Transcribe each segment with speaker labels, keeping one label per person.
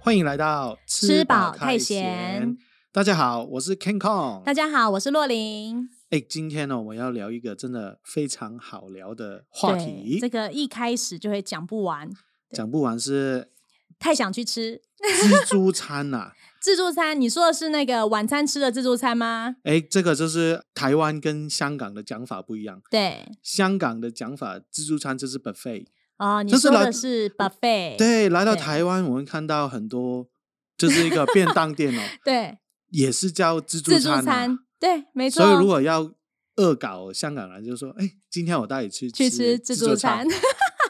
Speaker 1: 欢迎来到
Speaker 2: 吃饱太
Speaker 1: 太
Speaker 2: 闲。
Speaker 1: 大家好，我是 Ken Kong。
Speaker 2: 大家好，我是洛琳。
Speaker 1: 哎，今天呢，我们要聊一个真的非常好聊的话
Speaker 2: 对
Speaker 1: 题，
Speaker 2: 这个一开始就会讲不完，
Speaker 1: 讲不完是
Speaker 2: 太想去吃
Speaker 1: 蜘蛛餐呐、啊
Speaker 2: 自助餐。你说的是那个晚餐吃的自助餐吗？
Speaker 1: 哎，这个就是台湾跟香港的讲法不一样。
Speaker 2: 对，
Speaker 1: 香港的讲法，自助餐就是 buffet。
Speaker 2: 哦，你
Speaker 1: 这是
Speaker 2: 说
Speaker 1: 来
Speaker 2: 的是 buffet。
Speaker 1: 对，来到
Speaker 2: 对
Speaker 1: 台湾，我们看到很多，就是一个便当店 哦，
Speaker 2: 对
Speaker 1: 也是叫自助
Speaker 2: 自助
Speaker 1: 餐、啊。
Speaker 2: 餐，对，没错。
Speaker 1: 所以如果要恶搞香港人，就说：“哎，今天我带你去
Speaker 2: 去
Speaker 1: 吃
Speaker 2: 吃
Speaker 1: 自
Speaker 2: 自
Speaker 1: 助
Speaker 2: 助
Speaker 1: 餐
Speaker 2: 餐，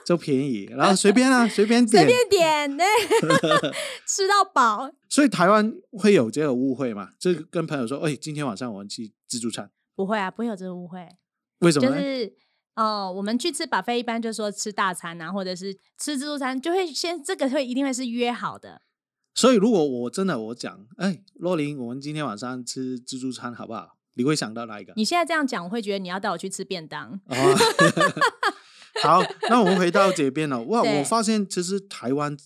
Speaker 1: 就便宜，然后随便啊，随便
Speaker 2: 随
Speaker 1: 点。
Speaker 2: 便点，对， 吃到饱。
Speaker 1: 所以台湾会有这个误会嘛？就跟朋友说：“哎，今天晚上我们去自助餐，
Speaker 2: 不会啊，不会有这个误会。
Speaker 1: 为什么
Speaker 2: 就
Speaker 1: 呢？”
Speaker 2: 是哦，我们去吃 buffet 一般就说吃大餐啊，或者是吃自助餐，就会先这个会一定会是约好的。
Speaker 1: 所以如果我真的我讲：“哎，洛琳，我们今天晚上吃自助餐好不好？”你会想到哪一个？
Speaker 2: 你现在这样讲，我会觉得你要带我去吃便当。
Speaker 1: 哦， 好，那我们回到这边了。哇，
Speaker 2: 对
Speaker 1: 我发现其实台湾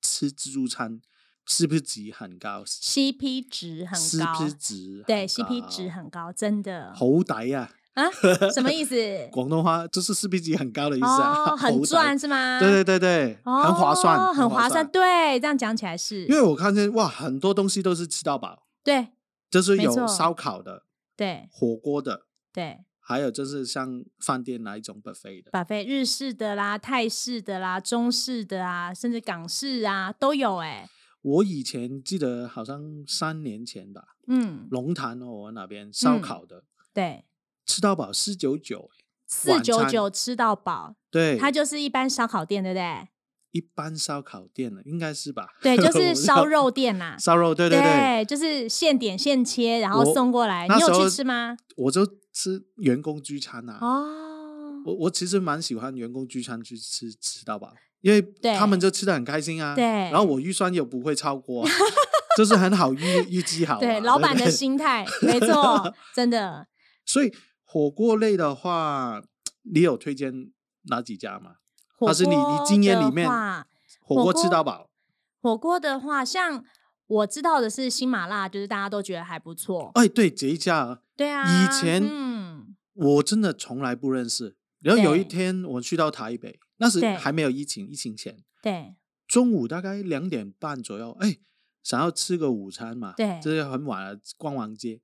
Speaker 1: 吃自助餐是不是值很高
Speaker 2: CP 值很高
Speaker 1: ？CP 值
Speaker 2: 对
Speaker 1: 很
Speaker 2: ，CP
Speaker 1: 高
Speaker 2: 值很高，真的
Speaker 1: 好抵啊！？
Speaker 2: 啊？什么意思
Speaker 1: 广东话就是 CP 值很高的意思啊，
Speaker 2: 哦，很
Speaker 1: 猴仔
Speaker 2: 赚。是吗？
Speaker 1: 对对对对，
Speaker 2: 哦，
Speaker 1: 很划算，
Speaker 2: 很
Speaker 1: 划
Speaker 2: 划算。。对，这样讲起来是
Speaker 1: 因，为我看见哇，很多东西都是吃到饱，
Speaker 2: 对
Speaker 1: 就是
Speaker 2: 没
Speaker 1: 有
Speaker 2: 错
Speaker 1: 烧烤的、
Speaker 2: 对
Speaker 1: 火锅的，
Speaker 2: 对
Speaker 1: 还有就是像饭店那一种 buffet 的。
Speaker 2: ，buffet 日式的啦、泰式的啦、中式的啊，甚至港式啊都有哎、
Speaker 1: 我以前记得好像三年前吧，
Speaker 2: 嗯，
Speaker 1: 龙潭哦，我们那边烧烤的、
Speaker 2: 对，
Speaker 1: 吃到饱四九九，
Speaker 2: 四
Speaker 1: 晚
Speaker 2: 九
Speaker 1: 餐
Speaker 2: 九吃到饱，
Speaker 1: 对，
Speaker 2: 它就是一般烧烤店，对不对？
Speaker 1: 一般烧烤店了，应该是吧？
Speaker 2: 对，就
Speaker 1: 我
Speaker 2: 是
Speaker 1: 不知
Speaker 2: 烧
Speaker 1: 道
Speaker 2: 肉店啦、
Speaker 1: 烧肉，对对对。
Speaker 2: 就是现点现切，然后
Speaker 1: 我
Speaker 2: 送过来。
Speaker 1: 那
Speaker 2: 哎你有
Speaker 1: 时候
Speaker 2: 去吃吗？
Speaker 1: 我就吃员工聚餐呐、
Speaker 2: 哦，
Speaker 1: 我我其实蛮喜欢员工聚餐去吃吃到饱，因为
Speaker 2: 对
Speaker 1: 他们就吃的很开心啊。
Speaker 2: 对
Speaker 1: 然后我预算又不会超 过啊，就是很好预预计好啊、
Speaker 2: 对，老板
Speaker 1: 不
Speaker 2: 的
Speaker 1: 对
Speaker 2: 心态，没 错，真的。
Speaker 1: 所以火锅类的话，你有推荐哪几家吗？
Speaker 2: 火
Speaker 1: 但是你你
Speaker 2: 锅
Speaker 1: 经验里
Speaker 2: 的
Speaker 1: 面
Speaker 2: 话
Speaker 1: 火
Speaker 2: 火
Speaker 1: 锅吃
Speaker 2: 锅
Speaker 1: 到饱，
Speaker 2: 火锅的话，像我知道的是新麻辣，就是大家都觉得还不错。
Speaker 1: 哎，对这一家啊
Speaker 2: 对啊，
Speaker 1: 前
Speaker 2: 嗯，
Speaker 1: 我真的从来不认识。然后有一
Speaker 2: 对
Speaker 1: 天我去到台北，那时
Speaker 2: 对
Speaker 1: 还没有疫情，疫情前，
Speaker 2: 对
Speaker 1: 中午大概两点半左右，哎，想要吃个午餐嘛，
Speaker 2: 对
Speaker 1: 这是很晚了，逛完街，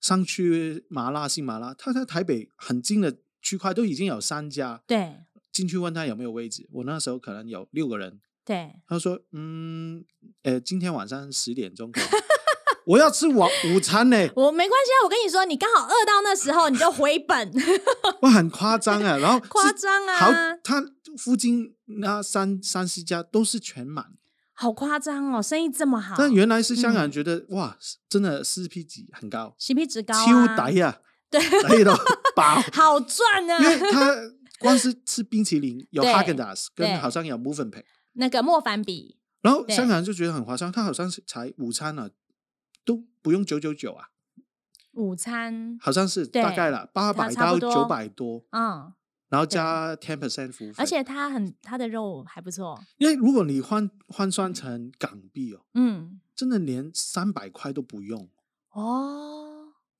Speaker 1: 上去麻辣新麻辣，他在台北很近的区块都已经有三家，
Speaker 2: 对
Speaker 1: 进去问他有没有位置，我那时候可能有六个人，
Speaker 2: 对，
Speaker 1: 他说，嗯，呃，今天晚上十点钟可以， 我要吃晚午餐 呢、
Speaker 2: 我没关系啊。我跟你说，你刚好饿到那时候，你就回本，
Speaker 1: 我很夸张啊，然后
Speaker 2: 夸
Speaker 1: 是
Speaker 2: 张
Speaker 1: 好
Speaker 2: 啊，，
Speaker 1: 他附近那三三四家都是全满，
Speaker 2: 好夸张哦，生意这么好，
Speaker 1: 但原来是香港人
Speaker 2: 嗯
Speaker 1: 觉得、哇，真的四 P 级很高，
Speaker 2: CP 值高
Speaker 1: 超
Speaker 2: 啊，
Speaker 1: 抵啊，
Speaker 2: 对，
Speaker 1: 抵到 爆，
Speaker 2: 好赚啊
Speaker 1: 因！为他光是吃冰淇淋有
Speaker 2: 对
Speaker 1: h a g e n d a s
Speaker 2: 对
Speaker 1: 跟好像有 m o v e n p
Speaker 2: 那个莫凡比，
Speaker 1: 然后
Speaker 2: 对
Speaker 1: 香港人就觉得很划算，他好像是才午餐啊，都不用九九九啊，
Speaker 2: 午餐，
Speaker 1: 好像是大
Speaker 2: 对
Speaker 1: 概了八百
Speaker 2: 差
Speaker 1: 到
Speaker 2: 不多
Speaker 1: 九百多，
Speaker 2: 嗯，
Speaker 1: 然后加 ten percent 服务费，
Speaker 2: 而且它很它的肉还不错，
Speaker 1: 因为如果你换换算成港币哦，
Speaker 2: 嗯，
Speaker 1: 真的连三百块都不用。
Speaker 2: 哦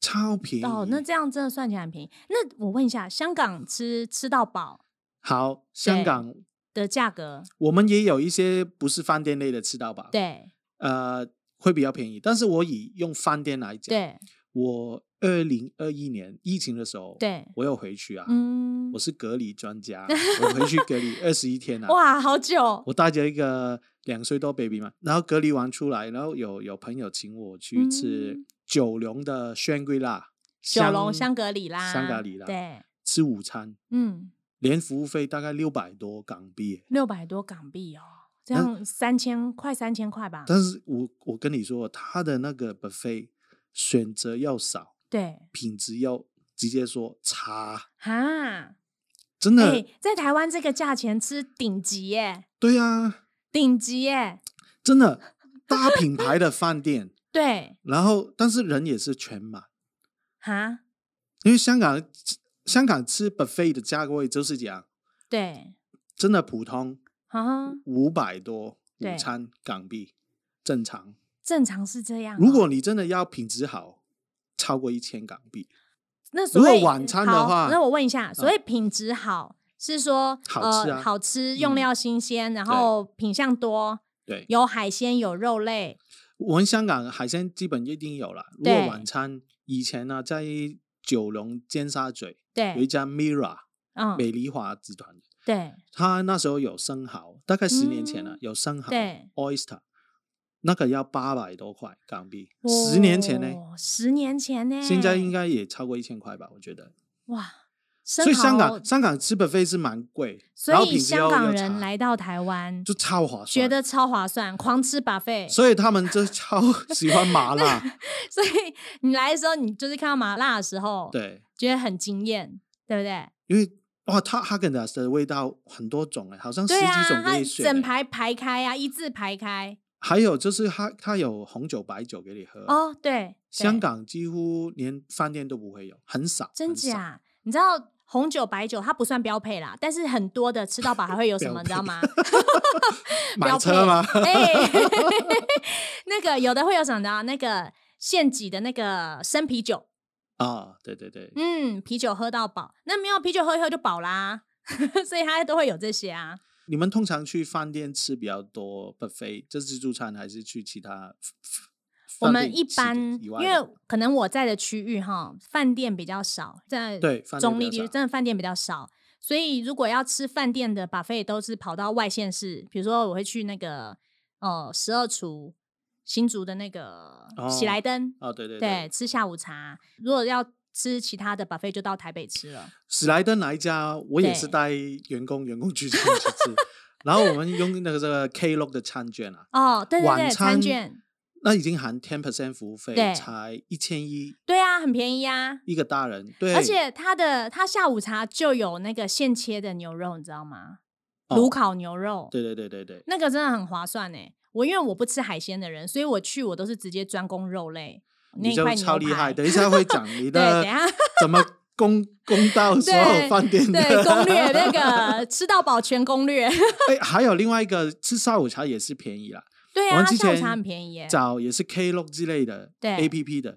Speaker 1: 超便宜
Speaker 2: 哦，那这样真的算起来很便宜。那我问一下，香港吃吃到饱
Speaker 1: 好，香
Speaker 2: 对
Speaker 1: 港
Speaker 2: 的价格，
Speaker 1: 我们也有一些不是饭店类的吃到饱，，
Speaker 2: 对
Speaker 1: 呃，会比较便宜。但是我以用饭店来讲，
Speaker 2: 对
Speaker 1: 我二零二一年疫情的时候，
Speaker 2: 对
Speaker 1: 我有回去啊，
Speaker 2: 嗯
Speaker 1: 我，是隔离专家，我回去隔离二十一天啊，
Speaker 2: 哇，好久，
Speaker 1: 我带着一个两岁多 baby 嘛，然后隔离完出来，然后有有朋友请我去吃
Speaker 2: 嗯
Speaker 1: 九龙的轩贵辣，
Speaker 2: 九龙香格里拉，
Speaker 1: 香格里拉
Speaker 2: 对，
Speaker 1: 吃午餐，
Speaker 2: 嗯，
Speaker 1: 连服务费大概六百多港币耶。
Speaker 2: 六百多港币哦，这
Speaker 1: 但
Speaker 2: 样三千快三千块吧，
Speaker 1: 但是我我跟你说，他的那个 buffet 选择要少，
Speaker 2: 对，
Speaker 1: 品质要直接说差，
Speaker 2: 哈。
Speaker 1: 真的、
Speaker 2: 哎、在台湾这个价钱吃顶级耶，
Speaker 1: 对啊，
Speaker 2: 顶级耶，
Speaker 1: 真的大品牌的饭店，
Speaker 2: 对，
Speaker 1: 然后但是人也是全满，
Speaker 2: 哈，
Speaker 1: 因为香港香港吃 buffet 的价位就是讲
Speaker 2: 对，哦
Speaker 1: 真的普通
Speaker 2: 哈哈，
Speaker 1: 五百多午
Speaker 2: 对
Speaker 1: 餐港币，正常。
Speaker 2: 正常是这样哦、
Speaker 1: 如果你真的要品质好，超过一千港币，
Speaker 2: 那所
Speaker 1: 如果
Speaker 2: 谓
Speaker 1: 晚餐的
Speaker 2: 好
Speaker 1: 话嗯
Speaker 2: 那我问一下，所谓品质好、是说
Speaker 1: 好吃啊
Speaker 2: 呃好吃，用
Speaker 1: 嗯
Speaker 2: 料新鲜，然
Speaker 1: 对
Speaker 2: 后品相多，
Speaker 1: 对，
Speaker 2: 有海鲜有肉类，
Speaker 1: 我们香港海鲜基本一定有了。如果
Speaker 2: 对
Speaker 1: 晚餐以前呢、在九龙尖沙咀有一
Speaker 2: 对，
Speaker 1: 家 Mira
Speaker 2: 嗯，
Speaker 1: 美丽华集团的，
Speaker 2: 对，
Speaker 1: 他那时候有生蚝，大概十年前了，
Speaker 2: 嗯
Speaker 1: 有生蚝
Speaker 2: 对
Speaker 1: oyster，那个要八百多块港币，十年前呢，
Speaker 2: 哦十年前呢，
Speaker 1: 现在应该也超过一千块吧，我觉得。
Speaker 2: 哇，生
Speaker 1: 所以香
Speaker 2: 蚝
Speaker 1: 港香港吃 buffet 是蛮贵，
Speaker 2: 所
Speaker 1: 然后
Speaker 2: 以
Speaker 1: 品质
Speaker 2: 香
Speaker 1: 又
Speaker 2: 港
Speaker 1: 又
Speaker 2: 人
Speaker 1: 差
Speaker 2: 来到台湾，
Speaker 1: 就超划算，
Speaker 2: 觉得超划算，狂吃 buffet。
Speaker 1: 所以他们就 超喜欢麻辣，
Speaker 2: 所以你来的时候，你就是看到麻辣的时候，，
Speaker 1: 对，
Speaker 2: 觉得很惊艳，对不对？
Speaker 1: 因为哇，他哈根达斯的味道很多种哎，好像十
Speaker 2: 对啊
Speaker 1: 几，种可
Speaker 2: 它
Speaker 1: 以选
Speaker 2: 整
Speaker 1: 欸。
Speaker 2: 排排开啊，一字排开。
Speaker 1: 还有就是他他有红酒、白酒给你喝，
Speaker 2: 哦，对，
Speaker 1: 香
Speaker 2: 对
Speaker 1: 港几乎连饭店都不会有，很少，
Speaker 2: 真
Speaker 1: 很少？
Speaker 2: 假？你知道红酒、白酒它不算标配啦，但是很多的吃到饱还会有什么，
Speaker 1: 标配
Speaker 2: 你知 道吗？
Speaker 1: 买
Speaker 2: 标
Speaker 1: 车吗？
Speaker 2: 配哎， 那个有的会有什么的啊？那个现挤的那个生啤酒，
Speaker 1: 啊，对对对，
Speaker 2: 嗯，啤酒喝到饱，那没有啤酒喝一喝就饱啦， 所以它都会有这些啊。
Speaker 1: 你们通常去饭店吃比较多 buffet，这是自助餐还是去其他？
Speaker 2: 我
Speaker 1: 饭
Speaker 2: 们
Speaker 1: 店
Speaker 2: 一
Speaker 1: 吃的
Speaker 2: 般
Speaker 1: 以
Speaker 2: 因
Speaker 1: 外
Speaker 2: 为
Speaker 1: 的
Speaker 2: 可能我在的区域哈，饭店比较少，在
Speaker 1: 对饭店
Speaker 2: 中
Speaker 1: 比较
Speaker 2: 立地区
Speaker 1: 少
Speaker 2: 真的饭店比较少，所以如果要吃饭店的 buffet 都是跑到外县市，比如说我会去那个呃十二厨新竹的那个喜
Speaker 1: 哦
Speaker 2: 来登，
Speaker 1: 哦，对对
Speaker 2: 对，，吃下午茶。如果要吃其他的 buffet 就到台北吃了，
Speaker 1: 史莱登来一家，我也是
Speaker 2: 对
Speaker 1: 带员工员工去餐去吃，然后我们用那个这个 Klook 的餐券啊，
Speaker 2: 哦，对对
Speaker 1: 晚
Speaker 2: 对，餐
Speaker 1: 餐
Speaker 2: 券，
Speaker 1: 那已经含 ten percent 服务费
Speaker 2: 对，
Speaker 1: 才一千一
Speaker 2: 对啊，很便宜呀、
Speaker 1: 一个大人，对，
Speaker 2: 而且它的它下午茶就有那个现切的牛肉，你知道吗？
Speaker 1: 哦
Speaker 2: 炉、烤牛肉，
Speaker 1: 对对对对对，
Speaker 2: 那个真的很划算呢。我因为我不吃海鲜的人，所以我去我都是直接专攻肉类那
Speaker 1: 你
Speaker 2: 一
Speaker 1: 就
Speaker 2: 块牛
Speaker 1: 超厉害，
Speaker 2: 排
Speaker 1: 等一下会讲你的
Speaker 2: 对等一下
Speaker 1: 怎么公公道所有
Speaker 2: 对
Speaker 1: 饭店的
Speaker 2: 对攻略那个吃到饱全攻略，
Speaker 1: 哎，还有另外一个吃下午茶也是便宜啦，
Speaker 2: 对
Speaker 1: 我
Speaker 2: 啊，
Speaker 1: 们
Speaker 2: 它
Speaker 1: 之
Speaker 2: 下午
Speaker 1: 前
Speaker 2: 茶很便宜耶。
Speaker 1: 找也是 Klook 之类的
Speaker 2: 对
Speaker 1: A P P 的，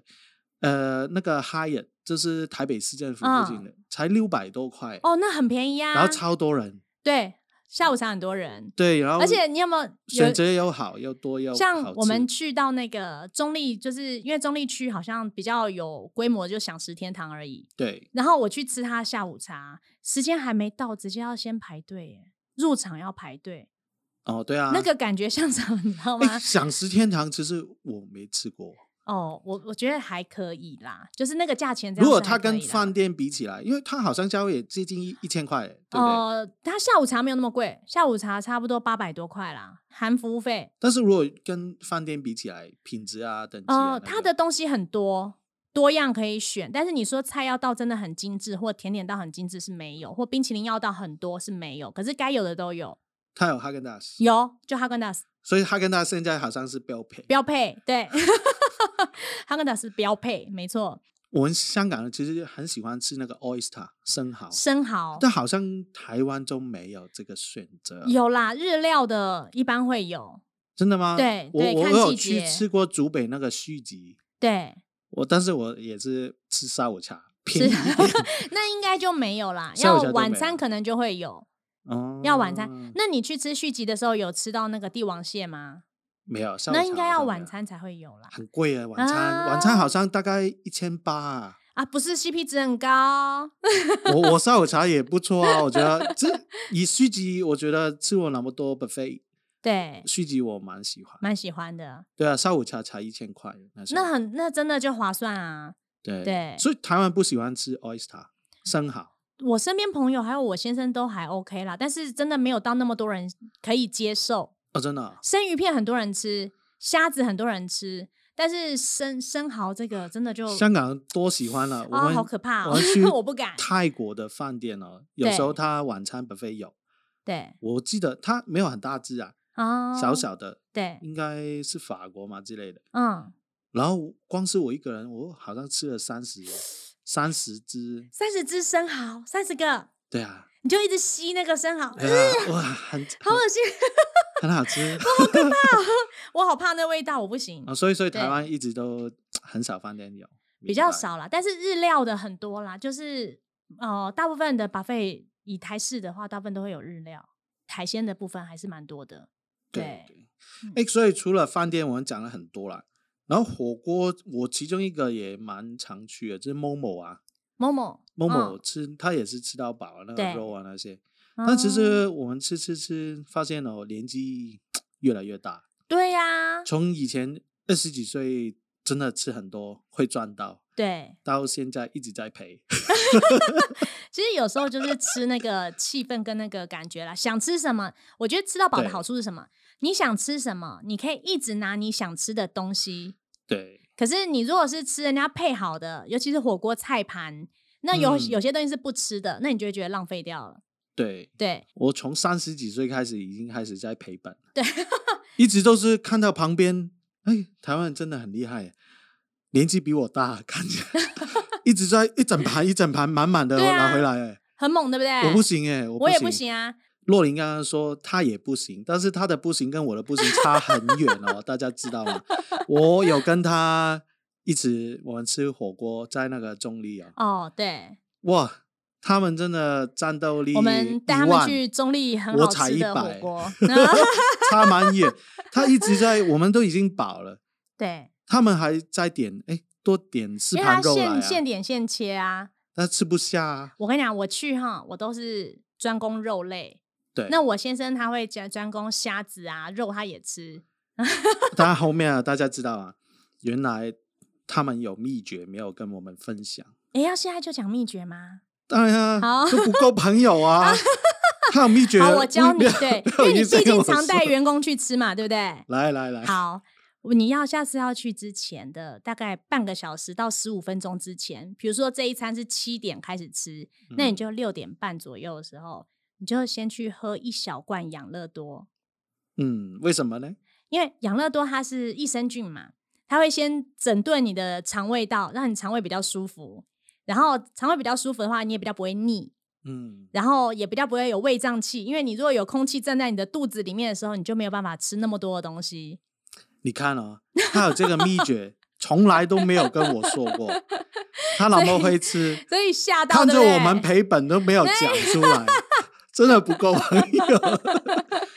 Speaker 1: 呃，那个 Hyatt 这是台北市政府附近的，才六百多块，
Speaker 2: 哦，那很便宜啊。
Speaker 1: 然后超多人，
Speaker 2: 对下午茶很多人，
Speaker 1: 对，然后
Speaker 2: 而且你有没有有
Speaker 1: 选择又好又多又好
Speaker 2: 像
Speaker 1: 吃
Speaker 2: 我们去到那个中立，就是因为中立区好像比较有规模，就享食天堂而已。
Speaker 1: 对
Speaker 2: 然后我去吃他下午茶，时间还没到，直接要先排队耶，入场要排队，
Speaker 1: 哦对啊，
Speaker 2: 那个感觉像什么，你知道
Speaker 1: 哎
Speaker 2: 吗？
Speaker 1: 享食天堂其实我没吃过，
Speaker 2: 哦，我我觉得还可以啦，就是那个价钱这样
Speaker 1: 如果
Speaker 2: 算还
Speaker 1: 它
Speaker 2: 可以啦。
Speaker 1: 跟饭店比起来，因为它好像价位也接近一一千块，对不对？
Speaker 2: 哦，他下午茶没有那么贵，下午茶差不多八百多块啦，含服务费。
Speaker 1: 但是如果跟饭店比起来，品质啊、等级啊，
Speaker 2: 哦，
Speaker 1: 那
Speaker 2: 它
Speaker 1: 个
Speaker 2: 的东西很多。多样可以选，但是你说菜要到真的很精致，或甜点到很精致是没有，或冰淇淋要到很多是没有，可是该有的都有，
Speaker 1: 它有哈根达斯，
Speaker 2: 有就哈根达斯
Speaker 1: 所以哈根达斯现在好像是标配。
Speaker 2: 标配，对， 哈根达斯标配，没错，
Speaker 1: 我们香港人其实很喜欢吃那个 oyster 生蚝，
Speaker 2: 生蚝
Speaker 1: 但好像台湾都没有这个选择。
Speaker 2: 有啦，日料的一般会有，
Speaker 1: 真的吗？
Speaker 2: 对
Speaker 1: 我
Speaker 2: 对
Speaker 1: 我
Speaker 2: 看
Speaker 1: 我有
Speaker 2: 季
Speaker 1: 去
Speaker 2: 节
Speaker 1: 吃过竹北那个续集，
Speaker 2: 对，
Speaker 1: 我但是我也是吃下午茶，
Speaker 2: 是
Speaker 1: 便宜一 点
Speaker 2: 那应该就没有啦，
Speaker 1: 下
Speaker 2: 要
Speaker 1: 午茶都
Speaker 2: 晚
Speaker 1: 没
Speaker 2: 餐
Speaker 1: 有
Speaker 2: 可能就会有，
Speaker 1: 哦，
Speaker 2: 要晚餐。那你去吃续集的时候有吃到那个帝王蟹吗？
Speaker 1: 没有，下午
Speaker 2: 那
Speaker 1: 茶
Speaker 2: 应
Speaker 1: 好
Speaker 2: 该
Speaker 1: 像
Speaker 2: 要
Speaker 1: 没
Speaker 2: 晚
Speaker 1: 有，
Speaker 2: 餐才会有啦。
Speaker 1: 很贵啊，晚餐、晚
Speaker 2: 啊
Speaker 1: 餐好像大概一千八啊。
Speaker 2: 啊，不是 CP 值很高，哦
Speaker 1: 我我下午茶也不错啊，我觉得这以续集，我觉得吃过那么多 buffet
Speaker 2: 对，
Speaker 1: 续集我蛮喜欢。
Speaker 2: 蛮喜欢的。
Speaker 1: 对啊，下午茶才一千块，那时候
Speaker 2: 那很那真的就划算啊！
Speaker 1: 对
Speaker 2: 对
Speaker 1: 所以台湾不喜欢吃 oyster 生蚝，
Speaker 2: 我身边朋友还有我先生都还 OK 啦，但是真的没有到那么多人可以接受。
Speaker 1: 哦，真的啊
Speaker 2: 生鱼片很多人吃，虾子很多人吃，但是生生蚝这个真的就
Speaker 1: 香港人多喜欢了、我
Speaker 2: 啊、
Speaker 1: 们、
Speaker 2: 好可怕、
Speaker 1: 我
Speaker 2: 哦
Speaker 1: 们去，
Speaker 2: 我不敢。
Speaker 1: 泰国的饭店哦，有时候
Speaker 2: 对
Speaker 1: 他晚餐 buffet 有，
Speaker 2: 对
Speaker 1: 我记得他没有很大只啊，
Speaker 2: 啊，
Speaker 1: 小小的，
Speaker 2: 对，
Speaker 1: 应该是法国嘛之类的。
Speaker 2: 嗯，
Speaker 1: 然后光是我一个人，我好像吃了三十三十只，
Speaker 2: 三十只生蚝，三十个，
Speaker 1: 对啊。
Speaker 2: 你就一直吸那个生蚝，
Speaker 1: 哎对啊，哇，很
Speaker 2: 好恶心。
Speaker 1: 很好吃
Speaker 2: 我好怕那味道，我不行，
Speaker 1: 啊，所以所以
Speaker 2: 对
Speaker 1: 台湾一直都很少饭店有，
Speaker 2: 比较
Speaker 1: 明白，
Speaker 2: 少啦。但是日料的很多啦，就是呃，大部分的 buffet 以台式的话，大部分都会有日料，海鲜的部分还是蛮多的。
Speaker 1: 对对。
Speaker 2: 嗯
Speaker 1: 哎、所以除了饭店，我们讲了很多啦。然后火锅，我其中一个也蛮常去的，就是 Momo 啊
Speaker 2: ，Momo，
Speaker 1: ，Momo 吃、它也是吃到饱啊，那
Speaker 2: 嗯对
Speaker 1: 个肉啊那些。
Speaker 2: 嗯
Speaker 1: 但其
Speaker 2: 嗯
Speaker 1: 实我们吃吃吃，发现哦，年纪越来越大，
Speaker 2: 对呀、
Speaker 1: 从以前二十几岁真的吃很多会赚到，
Speaker 2: 对，
Speaker 1: 到现在一直在赔。
Speaker 2: 其实有时候就是吃那个气氛跟那个感觉啦，想吃什么，我觉得吃到饱的
Speaker 1: 对
Speaker 2: 好处是什么？你想吃什么，你可以一直拿你想吃的东西。
Speaker 1: 对，
Speaker 2: 可是你如果是吃人家配好的，尤其是火锅菜盘，那有、
Speaker 1: 嗯
Speaker 2: 有些东西是不吃的，那你就会觉得浪费掉了。
Speaker 1: 对
Speaker 2: 对
Speaker 1: 我从三十几岁开始已经开始在赔本，对，一直都是看到旁边，哎，台湾人真的很厉害，年纪比我大，看起 来一直在一整盘一整盘满满的
Speaker 2: 对啊
Speaker 1: 拿回来，哎、
Speaker 2: 很猛，对不对？
Speaker 1: 我不，行哎，我
Speaker 2: 我也
Speaker 1: 不
Speaker 2: 不。行啊。
Speaker 1: 洛琳刚刚说她也不行，但是她的不行跟我的不行差很远哦，大家知道吗？我有跟她一起我们吃火锅，在那个中立啊、
Speaker 2: 哦，对，
Speaker 1: 哇，他们真的战斗力，
Speaker 2: 我们带他们去中立很好
Speaker 1: 我才
Speaker 2: 吃的火
Speaker 1: 100
Speaker 2: 锅。
Speaker 1: 差蛮远。他一直在，我们都已经饱了，
Speaker 2: 对，
Speaker 1: 他们还在点，哎，多点四
Speaker 2: 因为它
Speaker 1: 盘肉来、
Speaker 2: 现
Speaker 1: 啊，
Speaker 2: 现点现切啊。
Speaker 1: 他吃不下、 啊。
Speaker 2: 我跟你讲，我去哈，我都是专攻肉类。
Speaker 1: 对，
Speaker 2: 那我先生他会专专攻虾子啊，肉他也吃。
Speaker 1: 当然后面啊，大家知道啊，原来他们有秘诀没有跟我们分享。
Speaker 2: 哎，要现在就讲秘诀吗？
Speaker 1: 当然啊
Speaker 2: 好，
Speaker 1: 都不够朋友啊， 还有秘诀。
Speaker 2: 好，我教
Speaker 1: 不
Speaker 2: 你。
Speaker 1: 要
Speaker 2: 对，
Speaker 1: 不
Speaker 2: 因
Speaker 1: 要
Speaker 2: 为你
Speaker 1: 一直
Speaker 2: 毕
Speaker 1: 跟
Speaker 2: 竟
Speaker 1: 我
Speaker 2: 常
Speaker 1: 说
Speaker 2: 带员工去吃嘛，对不对？
Speaker 1: 来来来，
Speaker 2: 好，你要下次要去之前的大概半个小时到十五分钟之前，比如说这一餐是七点开始吃，那你
Speaker 1: 嗯
Speaker 2: 就六点半左右的时候，你就先去喝一小罐养乐多，
Speaker 1: 嗯，为什么呢？
Speaker 2: 因为养乐多它是益生菌嘛，它会先整顿你的肠胃道，让你肠胃比较舒服。然后肠胃比较舒服的话，你也比较不会腻，
Speaker 1: 嗯，
Speaker 2: 然后也比较不会有胃胀气，因为你如果有空气站在你的肚子里面的时候，你就没有办法吃那么多的东西。
Speaker 1: 你看哦，他有这个秘 诀，从来都没有跟我说过。他老婆会吃，
Speaker 2: 所以吓到
Speaker 1: 看
Speaker 2: 对
Speaker 1: 着
Speaker 2: 不对
Speaker 1: 我们赔本都没有讲出来， 真的不够朋友。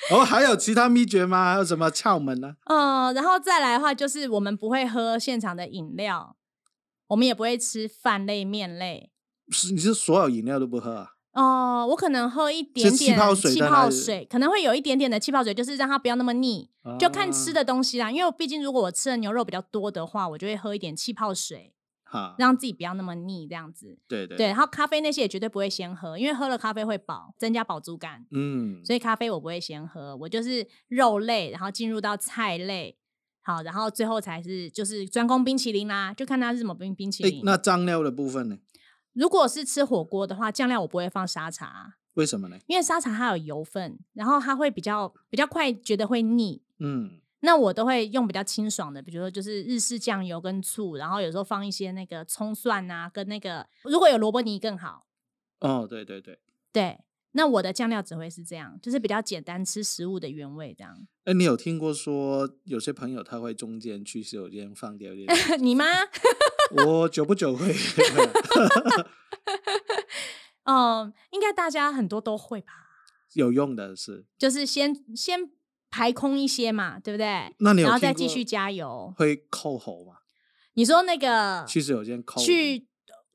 Speaker 1: 哦，还有其他秘诀吗？还有什么窍门呢？
Speaker 2: 呃，然后再来的话，就是我们不会喝现场的饮料，我们也不会吃饭类、面类。
Speaker 1: 是你是所有饮料都不喝啊？
Speaker 2: 哦、我可能喝一点
Speaker 1: 气
Speaker 2: 点
Speaker 1: 泡水
Speaker 2: 气
Speaker 1: 在
Speaker 2: 泡
Speaker 1: 哪里
Speaker 2: 水可能会有一点点的气泡水，就是让它不要那么腻，
Speaker 1: 啊
Speaker 2: 就看吃
Speaker 1: 哦
Speaker 2: 的东西啦。因为我毕竟如果我吃的牛肉比较多的话，我就会喝一点气泡水，
Speaker 1: 啊。哈，
Speaker 2: 让自己不要那么腻，这样子。
Speaker 1: 对对
Speaker 2: 对，，然后咖啡那些也绝对不会先喝，因为喝了咖啡会饱，增加饱足感。
Speaker 1: 嗯，
Speaker 2: 所以咖啡我不会先喝，我就是肉类，然后进入到菜类，好，然后最后才是就是专攻冰淇淋啦，就看它是什么冰冰淇
Speaker 1: 诶
Speaker 2: 淋。
Speaker 1: 那酱料的部分呢？
Speaker 2: 如果是吃火锅的话，酱料我不会放沙茶，
Speaker 1: 为什么呢？
Speaker 2: 因为沙茶它有油分，然后它会比较比较快觉得会腻。
Speaker 1: 嗯，
Speaker 2: 那我都会用比较清爽的，比如说就是日式酱油跟醋，然后有时候放一些那个葱蒜啊，跟那个如果有萝卜泥更好。
Speaker 1: 哦，对对对。
Speaker 2: 对，那我的酱料只会是这样，就是比较简单吃食物的原味这样。
Speaker 1: 哎，你有听过说有些朋友他会中间去洗手间放掉一点？
Speaker 2: 你吗？
Speaker 1: 我久不久会
Speaker 2: 嗯，应该大家很多都会吧，
Speaker 1: 有用的是，
Speaker 2: 就是先先排空一些嘛，对不对？
Speaker 1: 那你有
Speaker 2: 然后
Speaker 1: 听
Speaker 2: 再继
Speaker 1: 过
Speaker 2: 续加油。
Speaker 1: 会扣喉吗？
Speaker 2: 你说那个
Speaker 1: 去洗手间扣
Speaker 2: 啊去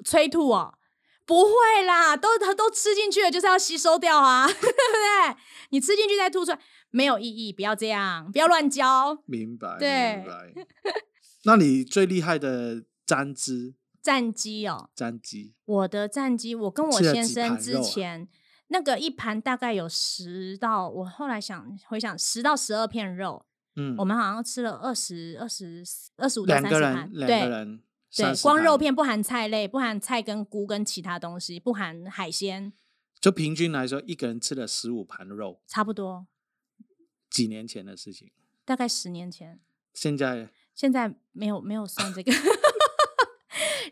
Speaker 2: 催吐哦？不会啦，都都吃进去了，就是要吸收掉啊， 对不对？你吃进去再吐出来，没有意义，不要这样，不要乱教。
Speaker 1: 明白？
Speaker 2: 对
Speaker 1: 明白。 那你最厉害的沾汁
Speaker 2: 战机哦，
Speaker 1: 沾鸡，
Speaker 2: 我的战机，我跟我
Speaker 1: 吃了
Speaker 2: 先
Speaker 1: 几盘
Speaker 2: 生
Speaker 1: 肉
Speaker 2: 之
Speaker 1: 啊
Speaker 2: 前、那个一盘大概有十到，我后来想回想十到十二片肉，
Speaker 1: 嗯，
Speaker 2: 我们好像吃了二十二十二十五到
Speaker 1: 两
Speaker 2: 三
Speaker 1: 个
Speaker 2: 十
Speaker 1: 人
Speaker 2: 盘，
Speaker 1: 两个
Speaker 2: 对
Speaker 1: 人
Speaker 2: 对，
Speaker 1: 30
Speaker 2: 光肉
Speaker 1: 盘
Speaker 2: 片不含菜类，不含菜跟菇跟其他东西，不含海鲜，
Speaker 1: 就平均来说，一个人吃了十五盘肉，
Speaker 2: 差不多
Speaker 1: 几年前的事情，
Speaker 2: 大概十年前，
Speaker 1: 现在
Speaker 2: 现在没有没有算这个。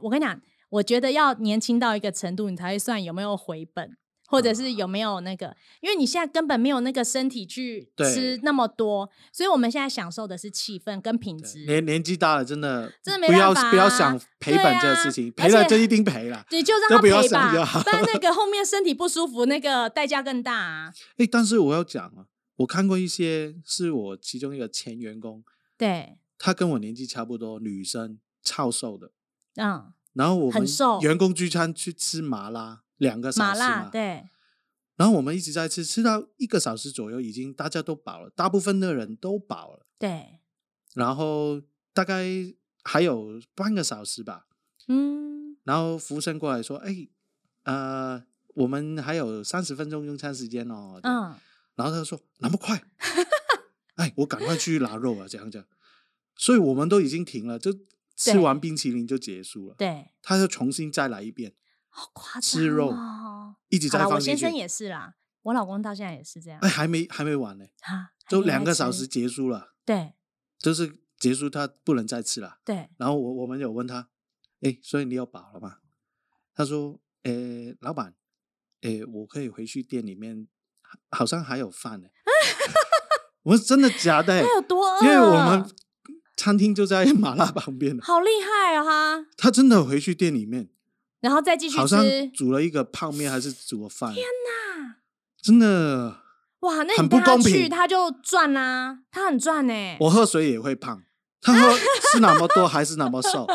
Speaker 2: 我跟你讲，我觉得要年轻到一个程度，你才会算有没有回本。或者是有没有那个，因为你现在根本没有那个身体去
Speaker 1: 对
Speaker 2: 吃那么多，所以我们现在享受的是气氛跟品质。
Speaker 1: 年年纪大了，真的
Speaker 2: 真的没
Speaker 1: 不要
Speaker 2: 办法
Speaker 1: 不要
Speaker 2: 啊
Speaker 1: 想赔
Speaker 2: 对
Speaker 1: 本这个
Speaker 2: 啊
Speaker 1: 事情，
Speaker 2: 而
Speaker 1: 赔了
Speaker 2: 且
Speaker 1: 就一定赔了。
Speaker 2: 你就让
Speaker 1: 都
Speaker 2: 他
Speaker 1: 不要
Speaker 2: 赔
Speaker 1: 想就
Speaker 2: 吧
Speaker 1: 好，
Speaker 2: 不然那个后面身体不舒服，那个代价更大、啊。
Speaker 1: 哎，但是我要讲啊，我看过一些是我其中一个前员工，
Speaker 2: 对，
Speaker 1: 她跟我年纪差不多，女生超瘦的，
Speaker 2: 嗯，
Speaker 1: 然后我
Speaker 2: 很
Speaker 1: 们
Speaker 2: 瘦
Speaker 1: 员工聚餐去吃麻辣，两个小
Speaker 2: 麻
Speaker 1: 时
Speaker 2: 辣
Speaker 1: 嘛
Speaker 2: 对，
Speaker 1: 然后我们一直在吃，吃到一个小时左右，已经大家都饱了，大部分的人都饱了，
Speaker 2: 对，
Speaker 1: 然后大概还有半个小时吧，
Speaker 2: 嗯，
Speaker 1: 然后服务生过来说：“哎，呃，我们还有三十分钟用餐时间哦。”
Speaker 2: 嗯，
Speaker 1: 然后他就说：“那么快？” 哎，我赶快去拿肉啊，这样这样。所以我们都已经停了，就吃
Speaker 2: 对
Speaker 1: 完冰淇淋就结束了。
Speaker 2: 对，
Speaker 1: 他就重新再来一遍，
Speaker 2: 好夸张、哦。
Speaker 1: 吃肉一直
Speaker 2: 好
Speaker 1: 在
Speaker 2: 了，
Speaker 1: 放
Speaker 2: 我
Speaker 1: 进
Speaker 2: 先
Speaker 1: 去
Speaker 2: 生。也是啦，我老公到现在也是这样
Speaker 1: 哎，还没还没完呢，
Speaker 2: 啊，
Speaker 1: 就
Speaker 2: 还没
Speaker 1: 两
Speaker 2: 来
Speaker 1: 个小
Speaker 2: 吃
Speaker 1: 时。结束了，
Speaker 2: 对
Speaker 1: 就是结束他不能再吃了。
Speaker 2: 对，哎
Speaker 1: 然后我我们有问他，哎，所以你有饱了吗？他说，诶，老板，诶，我可以回去店里面，好像还有饭呢。 我说真的假的？
Speaker 2: 他有多饿？
Speaker 1: 哎因为我们餐厅就在麻辣旁边的，
Speaker 2: 好厉害啊、哈，
Speaker 1: 他真的回去店里面，
Speaker 2: 然后再继续
Speaker 1: 好像
Speaker 2: 吃。
Speaker 1: 煮了一个泡面还是煮了饭。天哪！真的，
Speaker 2: 哇，那你
Speaker 1: 很不
Speaker 2: 带他
Speaker 1: 公
Speaker 2: 去，
Speaker 1: 平
Speaker 2: 他就赚啦、他很赚呢、
Speaker 1: 我喝水也会胖，他喝吃那么多还是那么 瘦。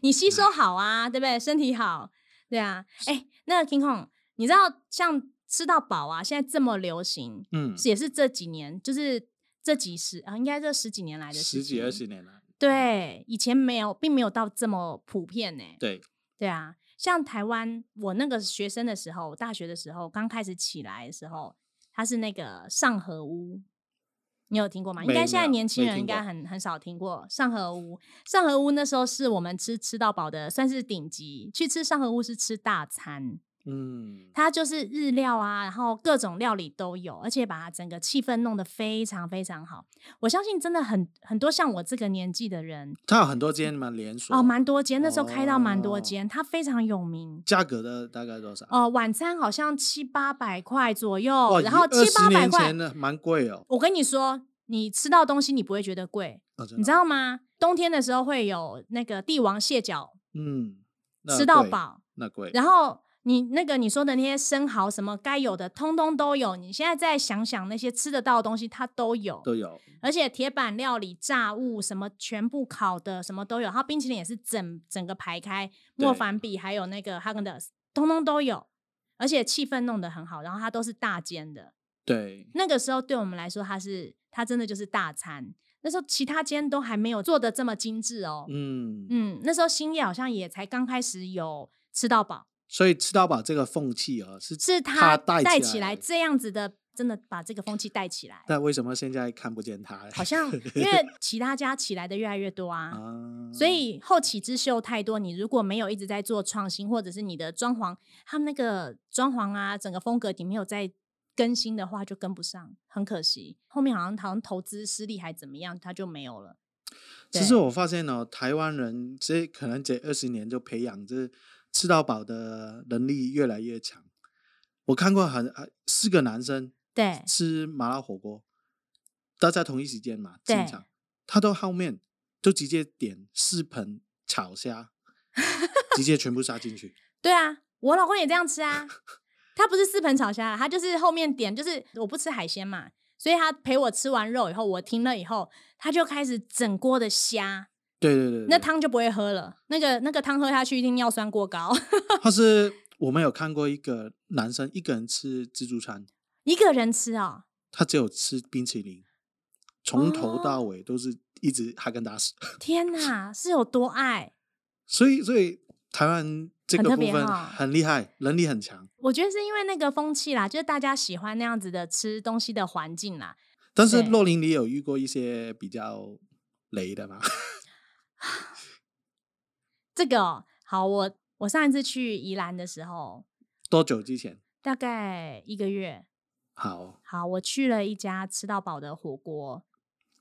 Speaker 2: 你吸收好啊，对不对？身体好，对啊。哎、那 King Kong，你知道像吃到饱啊，现在这么流行，
Speaker 1: 嗯，
Speaker 2: 也是这几年，就是这几十啊，应该这十几年来的事
Speaker 1: 十几
Speaker 2: 情
Speaker 1: 二十。年了，
Speaker 2: 对，以前没有，并没有到这么普遍呢、
Speaker 1: 对，
Speaker 2: 对啊，像台湾，我那个学生的时候，我大学的时候刚开始起来的时候，它是那个上河屋，你有听过吗？应
Speaker 1: 没
Speaker 2: 该现在
Speaker 1: 有
Speaker 2: 年轻
Speaker 1: 没
Speaker 2: 人应
Speaker 1: 听
Speaker 2: 该
Speaker 1: 过
Speaker 2: 很很少听过上河屋。上河屋那时候是我们吃吃到饱的，算是顶级。去吃上河屋是吃大餐，
Speaker 1: 嗯，
Speaker 2: 它就是日料啊，然后各种料理都有，而且把它整个气氛弄得非常非常好。我相信真的很很多像我这个年纪的人
Speaker 1: 他有很多间嘛连锁
Speaker 2: 哦，蛮多间，那时候开到蛮多
Speaker 1: 哦
Speaker 2: 间，它非常有名。
Speaker 1: 价格的大概多少？
Speaker 2: 哦、晚餐好像七八百块左右
Speaker 1: 哇，，
Speaker 2: 然后七八
Speaker 1: 20
Speaker 2: 百
Speaker 1: 年
Speaker 2: 块
Speaker 1: 前，呢，蛮贵哦。
Speaker 2: 我跟你说，你吃到东西你不会觉得贵，
Speaker 1: 哦真
Speaker 2: 你
Speaker 1: 的
Speaker 2: 知道吗？冬天的时候会有那个帝王蟹脚
Speaker 1: 嗯，那
Speaker 2: 吃到
Speaker 1: 贵，
Speaker 2: 饱，
Speaker 1: 那贵。
Speaker 2: 然后你那个你说的那些生蚝什么该有的通通都有，你现在再想想那些吃得到的东西它都有，
Speaker 1: 都有，
Speaker 2: 而且铁板料理、炸物什么全部烤的什么都有，然后冰淇淋也是整整个排开，
Speaker 1: 对
Speaker 2: 莫凡比还有那个哈根达斯，通通都有，而且气氛弄得很好，然后它都是大间的。
Speaker 1: 对，
Speaker 2: 那个时候对我们来说，它是它真的就是大餐。那时候其他间都还没有做的这么精致哦。
Speaker 1: 嗯，
Speaker 2: 嗯，那时候兴业好像也才刚开始有吃到饱，
Speaker 1: 所以吃到饱这个风气啊，是
Speaker 2: 是
Speaker 1: 他带
Speaker 2: 带
Speaker 1: 起
Speaker 2: 起
Speaker 1: 来
Speaker 2: 来
Speaker 1: 的
Speaker 2: 这样子的，真的把这个风气带起来。
Speaker 1: 但为什么现在看不见它嘞？
Speaker 2: 好像因为其他家起来的越来越多啊，
Speaker 1: 啊，
Speaker 2: 所以后起之秀太多，你如果没有一直在做创新，或者是你的装潢，他们那个装潢啊，整个风格你没有在更新的话，就跟不上，很可惜。后面好像好像投资失利还怎么样，它就没有了。
Speaker 1: 其实我发现哦，台湾人这可能这二十年就培养这吃到饱的能力越来越强。我看过很呃四个男生
Speaker 2: 对
Speaker 1: 吃麻辣火锅，大家同一时间嘛进
Speaker 2: 对
Speaker 1: 场，他到后面就直接点四盆炒虾，直接全部杀进去。
Speaker 2: 对啊，我老公也这样吃啊，他不是四盆炒虾啦，他就是后面点，就是我不吃海鲜嘛，所以他陪我吃完肉以后，我停了以后，他就开始整锅的虾，
Speaker 1: 对对对对，
Speaker 2: 那汤就不会喝了，那个那个汤喝下去一定尿酸过高。
Speaker 1: 他是我们有看过一个男生一个人吃自助餐，
Speaker 2: 一个人吃哦，
Speaker 1: 他只有吃冰淇淋，从头
Speaker 2: 哦
Speaker 1: 到尾都是一直哈根达斯。
Speaker 2: 天哪，是有多爱？
Speaker 1: 所以，所以台湾这
Speaker 2: 很
Speaker 1: 个
Speaker 2: 特
Speaker 1: 部
Speaker 2: 别
Speaker 1: 分
Speaker 2: 哈
Speaker 1: 很厉害，能力很强。
Speaker 2: 我觉得是因为那个风气啦，就是大家喜欢那样子的吃东西的环境啦。
Speaker 1: 但是
Speaker 2: 对
Speaker 1: 洛林，你有遇过一些比较雷的吗？
Speaker 2: 这个哦、好，我我上一次去宜兰的时候，
Speaker 1: 多久之前？
Speaker 2: 大概一个月，
Speaker 1: 好，
Speaker 2: 好，我去了一家吃到饱的火锅，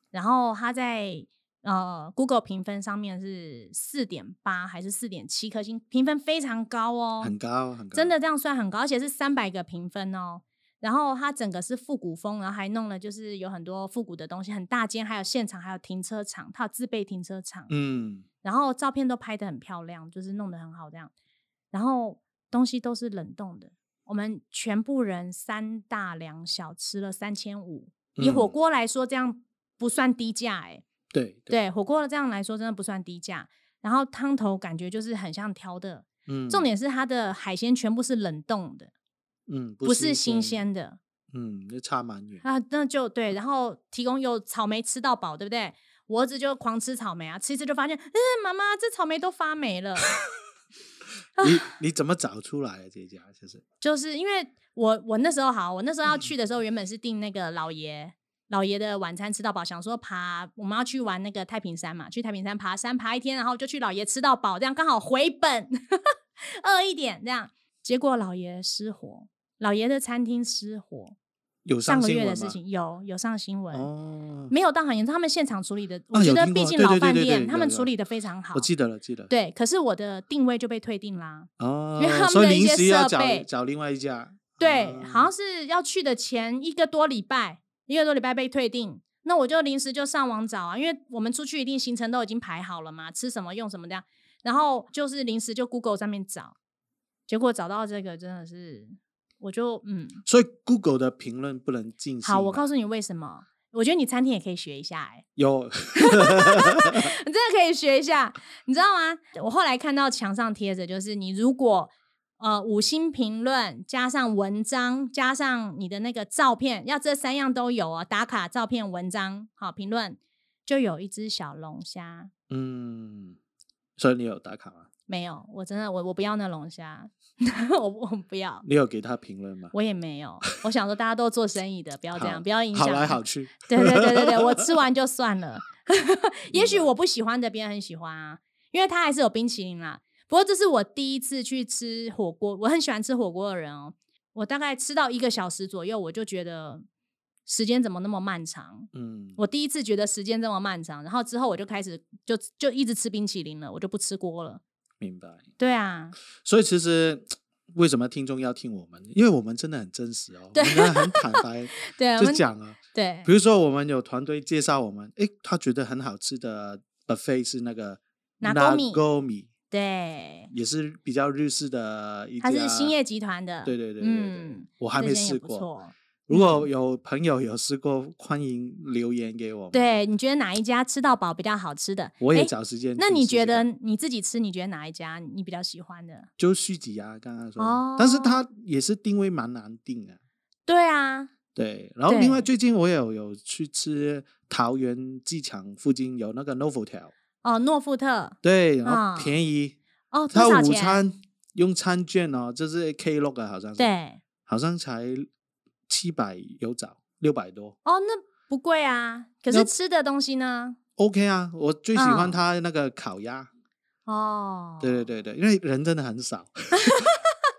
Speaker 2: 然后他在呃 Google 评分上面是四点八还是四点七颗星，评分非常高哦，
Speaker 1: 很高很高，
Speaker 2: 真的这样算很高，而且是三百个评分哦。然后它整个是复古风，然后还弄了就是有很多复古的东西，很大间，还有现场，还有停车场，它有自备停车场，
Speaker 1: 嗯，
Speaker 2: 然后照片都拍得很漂亮，就是弄得很好这样。然后东西都是冷冻的，我们全部人三大两小吃了三千五，以火
Speaker 1: 嗯
Speaker 2: 锅来说这样不算低价哎、
Speaker 1: 对，
Speaker 2: 对火锅这样来说真的不算低价。然后汤头感觉就是很像挑的，
Speaker 1: 嗯，
Speaker 2: 重点是它的海鲜全部是冷冻的，
Speaker 1: 嗯
Speaker 2: 不是新，鲜的
Speaker 1: 嗯，就差蛮远，
Speaker 2: 啊，那就对。然后提供有草莓吃到饱，对不对？我儿子就狂吃草莓啊，吃一次就发现，嗯，妈妈这草莓都发霉了。
Speaker 1: 你你怎么找出来的这家？就是
Speaker 2: 就是因为我我那时候好，我那时候要去的时候，原本是订那个老爷老爷的晚餐吃到饱，想说爬我们要去玩那个太平山嘛，去太平山爬山爬一天，然后就去老爷吃到饱，这样刚好回本，饿一点这样。结果老爷失火，老爷的餐厅失火，
Speaker 1: 有
Speaker 2: 上
Speaker 1: 上
Speaker 2: 个
Speaker 1: 新
Speaker 2: 月
Speaker 1: 闻
Speaker 2: 的
Speaker 1: 吗
Speaker 2: 事情有有上新闻。
Speaker 1: 哦，
Speaker 2: 没有到很严重，他们现场处理的，我
Speaker 1: 啊
Speaker 2: 觉
Speaker 1: 有
Speaker 2: 得
Speaker 1: 听
Speaker 2: 毕
Speaker 1: 过
Speaker 2: 竟
Speaker 1: 对
Speaker 2: 老
Speaker 1: 对对
Speaker 2: 饭
Speaker 1: 对
Speaker 2: 店
Speaker 1: 有
Speaker 2: 他们
Speaker 1: 有
Speaker 2: 处理的非常好
Speaker 1: 我。记得了，记得了
Speaker 2: 对，可是我的定位就被退订啦。
Speaker 1: 哦，
Speaker 2: 因为他们
Speaker 1: 所
Speaker 2: 的
Speaker 1: 以
Speaker 2: 一
Speaker 1: 临
Speaker 2: 些
Speaker 1: 时要
Speaker 2: 设
Speaker 1: 找
Speaker 2: 备
Speaker 1: 找另外一家，
Speaker 2: 对，
Speaker 1: 啊
Speaker 2: 好像是要去的前一个多礼拜，一个多礼拜被退订。那我就临时就上网找啊，因为我们出去一定行程都已经排好了嘛，吃什么用什么这样，然后就是临时就 Google 上面找，结果找到这个真的是，我就嗯，
Speaker 1: 所以 Google 的评论不能进行。
Speaker 2: 好，我告诉你为什么，我觉得你餐厅也可以学一下、欸，
Speaker 1: 有，
Speaker 2: 你真的可以学一下，你知道吗？我后来看到墙上贴着，就是你如果呃五星评论加上文章加上你的那个照片，要这三样都有哦，打卡、照片、文章，好评论，就有一只小龙虾。
Speaker 1: 嗯，所以你有打卡吗？
Speaker 2: 没有，我真的我我不要那龙虾， 我我不要，
Speaker 1: 你有给他评论吗？
Speaker 2: 我也没有。我想说大家都做生意的，不要这
Speaker 1: 好
Speaker 2: 样，不要影响。
Speaker 1: 好来好去，
Speaker 2: 对对对对对，我吃完就算了。 也许我不喜欢的，别人很喜欢啊，因为它还是有冰淇淋啦。不过这是我第一次去吃火锅，我很喜欢吃火锅的人哦。我大概吃到一个小时左右，我就觉得时间怎么那么漫长？
Speaker 1: 嗯，
Speaker 2: 我第一次觉得时间这么漫长，然后之后我就开始就就一直吃冰淇淋了，我就不吃锅了。
Speaker 1: 明白。
Speaker 2: 对啊，
Speaker 1: 所以其实为什么听众要听我们？因为我们真的很真实哦，我
Speaker 2: 对
Speaker 1: 们真的很坦白
Speaker 2: 对，我
Speaker 1: 就
Speaker 2: 们
Speaker 1: 讲啊。
Speaker 2: 对
Speaker 1: 比如说我们有团队介绍我们，诶，他觉得很好吃的 buffet 是那个
Speaker 2: Nagomi
Speaker 1: Nagomi，
Speaker 2: 对，
Speaker 1: 也是比较日式的一家，
Speaker 2: 它是兴业集团的，
Speaker 1: 啊对。对对对对，
Speaker 2: 嗯
Speaker 1: 我还
Speaker 2: 这
Speaker 1: 没
Speaker 2: 间也
Speaker 1: 试
Speaker 2: 不
Speaker 1: 过。
Speaker 2: 错嗯
Speaker 1: 如果有朋友有试过，欢迎留言给我们。，
Speaker 2: 对，你觉得哪一家吃到饱比较好吃的？
Speaker 1: 我也
Speaker 2: 诶
Speaker 1: 找时间去试试
Speaker 2: 那
Speaker 1: 看。
Speaker 2: 你觉得你自己吃，你觉得哪一家你比较喜欢的？
Speaker 1: 就续集啊？刚刚说，但是它
Speaker 2: 哦
Speaker 1: 也是定位蛮难定的。
Speaker 2: 对啊，
Speaker 1: 对，然后另外
Speaker 2: 对
Speaker 1: 最近我有有去吃桃园机场附近有那个 Novotel，
Speaker 2: 哦，诺富特，
Speaker 1: 对，然
Speaker 2: 啊
Speaker 1: 后便宜，
Speaker 2: 哦，多
Speaker 1: 它
Speaker 2: 少
Speaker 1: 午
Speaker 2: 钱？
Speaker 1: 餐用餐券哦，就是 K Log 啊，好像是，
Speaker 2: 对，
Speaker 1: 好像才七百有找，六百多
Speaker 2: 哦，那不贵啊。可
Speaker 1: 那
Speaker 2: 是吃的东西呢？
Speaker 1: ，OK 啊，我最喜欢
Speaker 2: 嗯
Speaker 1: 它那个烤鸭，
Speaker 2: 哦，
Speaker 1: 对对，对对，因为人真的很 少，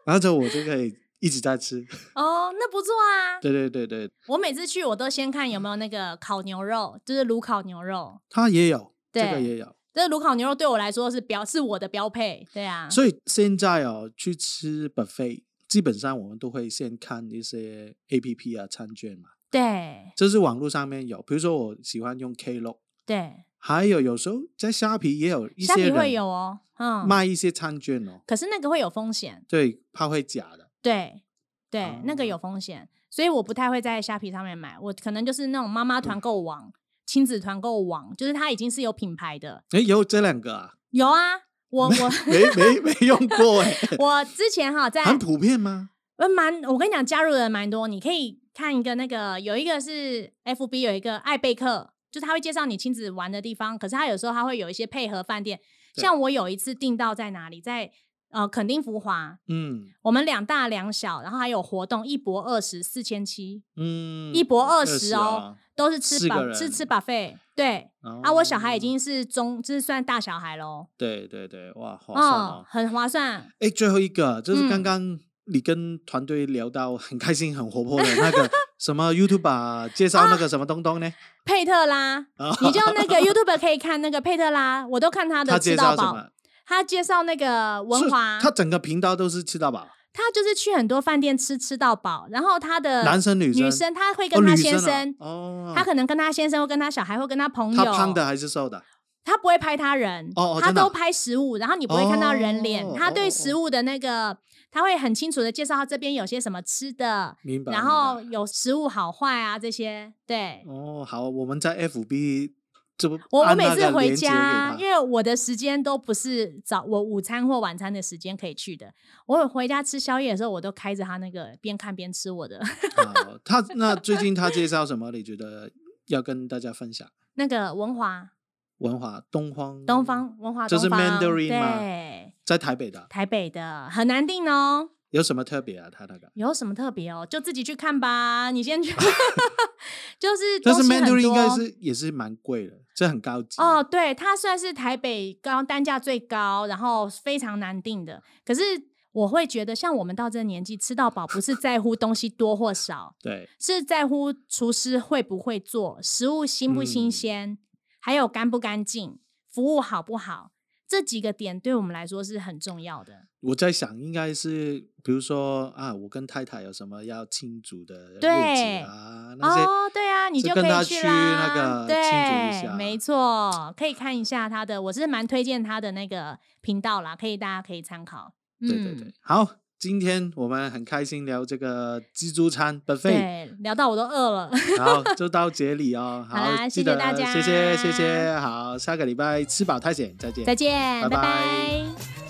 Speaker 1: 然后就我就可以一直在吃，
Speaker 2: 哦，那不错啊。
Speaker 1: 对对对对，
Speaker 2: 我每次去我都先看有没有那个烤牛肉，就是炉烤牛肉。
Speaker 1: 它也有，这个
Speaker 2: 对
Speaker 1: 也有。
Speaker 2: 这炉烤牛肉对我来说是标，是我的标配。对啊，
Speaker 1: 所以现在哦，去吃 buffet，基本上我们都会先看一些 A P P 啊餐券嘛，
Speaker 2: 对
Speaker 1: 这是网络上面有，比如说我喜欢用 K Log，
Speaker 2: 对，
Speaker 1: 还有有时候在虾皮也有一
Speaker 2: 虾
Speaker 1: 些
Speaker 2: 皮会
Speaker 1: 人
Speaker 2: 有哦，嗯，
Speaker 1: 卖一些餐券哦，
Speaker 2: 可是那个会有风险。
Speaker 1: 对，怕会假的，
Speaker 2: 对对，那个有
Speaker 1: 哦
Speaker 2: 风险，所以我不太会在虾皮上面买，我可能就是那种妈妈
Speaker 1: 嗯
Speaker 2: 团购网、亲子团购网，就是它已经是有品牌的。
Speaker 1: 诶，有这两个啊，
Speaker 2: 有啊，我 我
Speaker 1: 没没没用过哎、
Speaker 2: 我之前哈在
Speaker 1: 很普遍吗？
Speaker 2: 呃蛮，我跟你讲，加入的人蛮多，你可以看一个那个有一个是 FB 有一个爱贝克。就是他会介绍你亲子玩的地方，可是他有时候他会有一些配合饭店，
Speaker 1: 对
Speaker 2: 像我有一次订到在哪里，在呃垦丁福华，
Speaker 1: 嗯
Speaker 2: 我们两大两小，然后还有活动一博二十四千七，
Speaker 1: 嗯，
Speaker 2: 一博二
Speaker 1: 20
Speaker 2: 十哦，
Speaker 1: 啊，
Speaker 2: 都是吃
Speaker 1: 四
Speaker 2: 饱
Speaker 1: 个
Speaker 2: 是
Speaker 1: 人
Speaker 2: 吃 buffet。对、
Speaker 1: 哦
Speaker 2: 啊，我小孩已经是中，就是算大小孩喽，
Speaker 1: 对对对，哇，划算
Speaker 2: 哦
Speaker 1: 哦，。
Speaker 2: 很划算。
Speaker 1: 哎，最后一个就是刚
Speaker 2: 嗯
Speaker 1: 刚你跟团队聊到很开心、很活泼的那个什么 YouTube 啊介绍那个什么东东呢？
Speaker 2: 佩特拉，
Speaker 1: 啊，
Speaker 2: 你就 那个 YouTube 可以看那个佩特拉，我都看 他的
Speaker 1: 他
Speaker 2: 吃
Speaker 1: 介
Speaker 2: 到
Speaker 1: 绍什
Speaker 2: 饱。
Speaker 1: 么？
Speaker 2: 他介绍那个文
Speaker 1: 是
Speaker 2: 华，
Speaker 1: 他整个频道都是吃到饱，
Speaker 2: 他就是去很多饭店吃吃到饱，然后他的
Speaker 1: 男生女
Speaker 2: 呃女
Speaker 1: 生
Speaker 2: 生他会
Speaker 1: 哦
Speaker 2: 跟他
Speaker 1: 女
Speaker 2: 先
Speaker 1: 生啊
Speaker 2: 生，
Speaker 1: 哦，
Speaker 2: 他可能跟他先生，或跟他小孩，或跟他朋友。
Speaker 1: 他胖的还是瘦的？
Speaker 2: 他不会拍他人，
Speaker 1: 哦哦
Speaker 2: 他
Speaker 1: 真的啊
Speaker 2: 都拍食物，然后你不会看到人脸。
Speaker 1: 哦
Speaker 2: 他
Speaker 1: 哦
Speaker 2: 对
Speaker 1: 哦
Speaker 2: 食物的那个，他会很清楚的介绍他这边有些什么吃的，
Speaker 1: 明白。
Speaker 2: 然
Speaker 1: 明白
Speaker 2: 后有食物好坏啊这些。对、
Speaker 1: 哦，好，我们在 FB 这不
Speaker 2: 我，我
Speaker 1: 按
Speaker 2: 每
Speaker 1: 那
Speaker 2: 次
Speaker 1: 个
Speaker 2: 回
Speaker 1: 链接
Speaker 2: 家，
Speaker 1: 给
Speaker 2: 因为我的时间都不是早我午餐或晚餐的时间可以去的，我回家吃宵夜的时候，我都开着他那个边看边吃我的
Speaker 1: 他。好，呃他那最近他介绍什么？你觉得要跟大家分享？
Speaker 2: 那个文华
Speaker 1: 文华东方，
Speaker 2: 东方文华
Speaker 1: 这嗯
Speaker 2: 东
Speaker 1: 是
Speaker 2: 方，
Speaker 1: Mandarin 吗
Speaker 2: 对，
Speaker 1: 在台北的
Speaker 2: 台北的很难定哦。
Speaker 1: 有什么特别啊？他那个，
Speaker 2: 有什么特别哦？就自己去看吧。你先去， 就是
Speaker 1: 但是
Speaker 2: 东西很
Speaker 1: Mandarin 应该
Speaker 2: 多
Speaker 1: 是也是蛮贵的，这很高级，
Speaker 2: 哦，对，它算是台北高单价最高，然后非常难订的。可是我会觉得，像我们到这个年纪，吃到饱不是在乎东西多或少
Speaker 1: 对，
Speaker 2: 是在乎厨师会不会做，食物新不新
Speaker 1: 嗯
Speaker 2: 鲜，还有干不干净，服务好不好。这几个点对我们来说是很重要的，
Speaker 1: 我在想，应该是比如说啊，我跟太太有什么要庆祝的日子
Speaker 2: 对
Speaker 1: 啊，那些、
Speaker 2: 哦，对啊，你
Speaker 1: 就
Speaker 2: 就可
Speaker 1: 跟
Speaker 2: 以
Speaker 1: 他
Speaker 2: 去
Speaker 1: 去
Speaker 2: 啦，
Speaker 1: 那个庆祝一
Speaker 2: 对
Speaker 1: 下，
Speaker 2: 没错，可以看一下他的，我是蛮推荐他的那个频道啦，可以大家可以参考。嗯、
Speaker 1: 对对对。好，今天我们很开心聊这个自助餐 buffet，
Speaker 2: 对，聊到我都饿了，
Speaker 1: 好，就到这里哦。
Speaker 2: 好啦
Speaker 1: 记
Speaker 2: 谢谢
Speaker 1: 得
Speaker 2: 大家
Speaker 1: 谢谢谢谢。好，下个礼拜吃饱太闲，再见。
Speaker 2: 再见，
Speaker 1: 拜
Speaker 2: 拜
Speaker 1: 拜
Speaker 2: 拜